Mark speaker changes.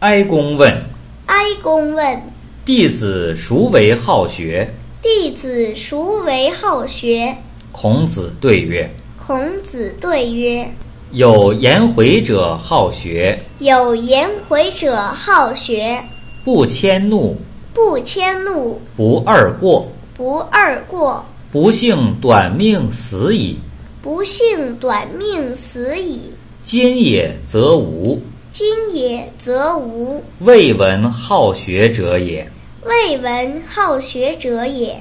Speaker 1: 哀公问
Speaker 2: 哀公问：“
Speaker 1: 弟子孰为好学
Speaker 2: 弟子孰为好学？”
Speaker 1: 孔子对曰？”
Speaker 2: 孔子对曰：“
Speaker 1: 有颜回者好学，：“
Speaker 2: 有颜回者好学，
Speaker 1: 不迁怒，
Speaker 2: 不迁怒，
Speaker 1: 不贰过，
Speaker 2: 不贰过，
Speaker 1: 不幸短命死矣。
Speaker 2: 不幸短命死矣。
Speaker 1: 今也则无，
Speaker 2: 今也则无，
Speaker 1: 未闻好学者也。”
Speaker 2: 未闻好学者也。”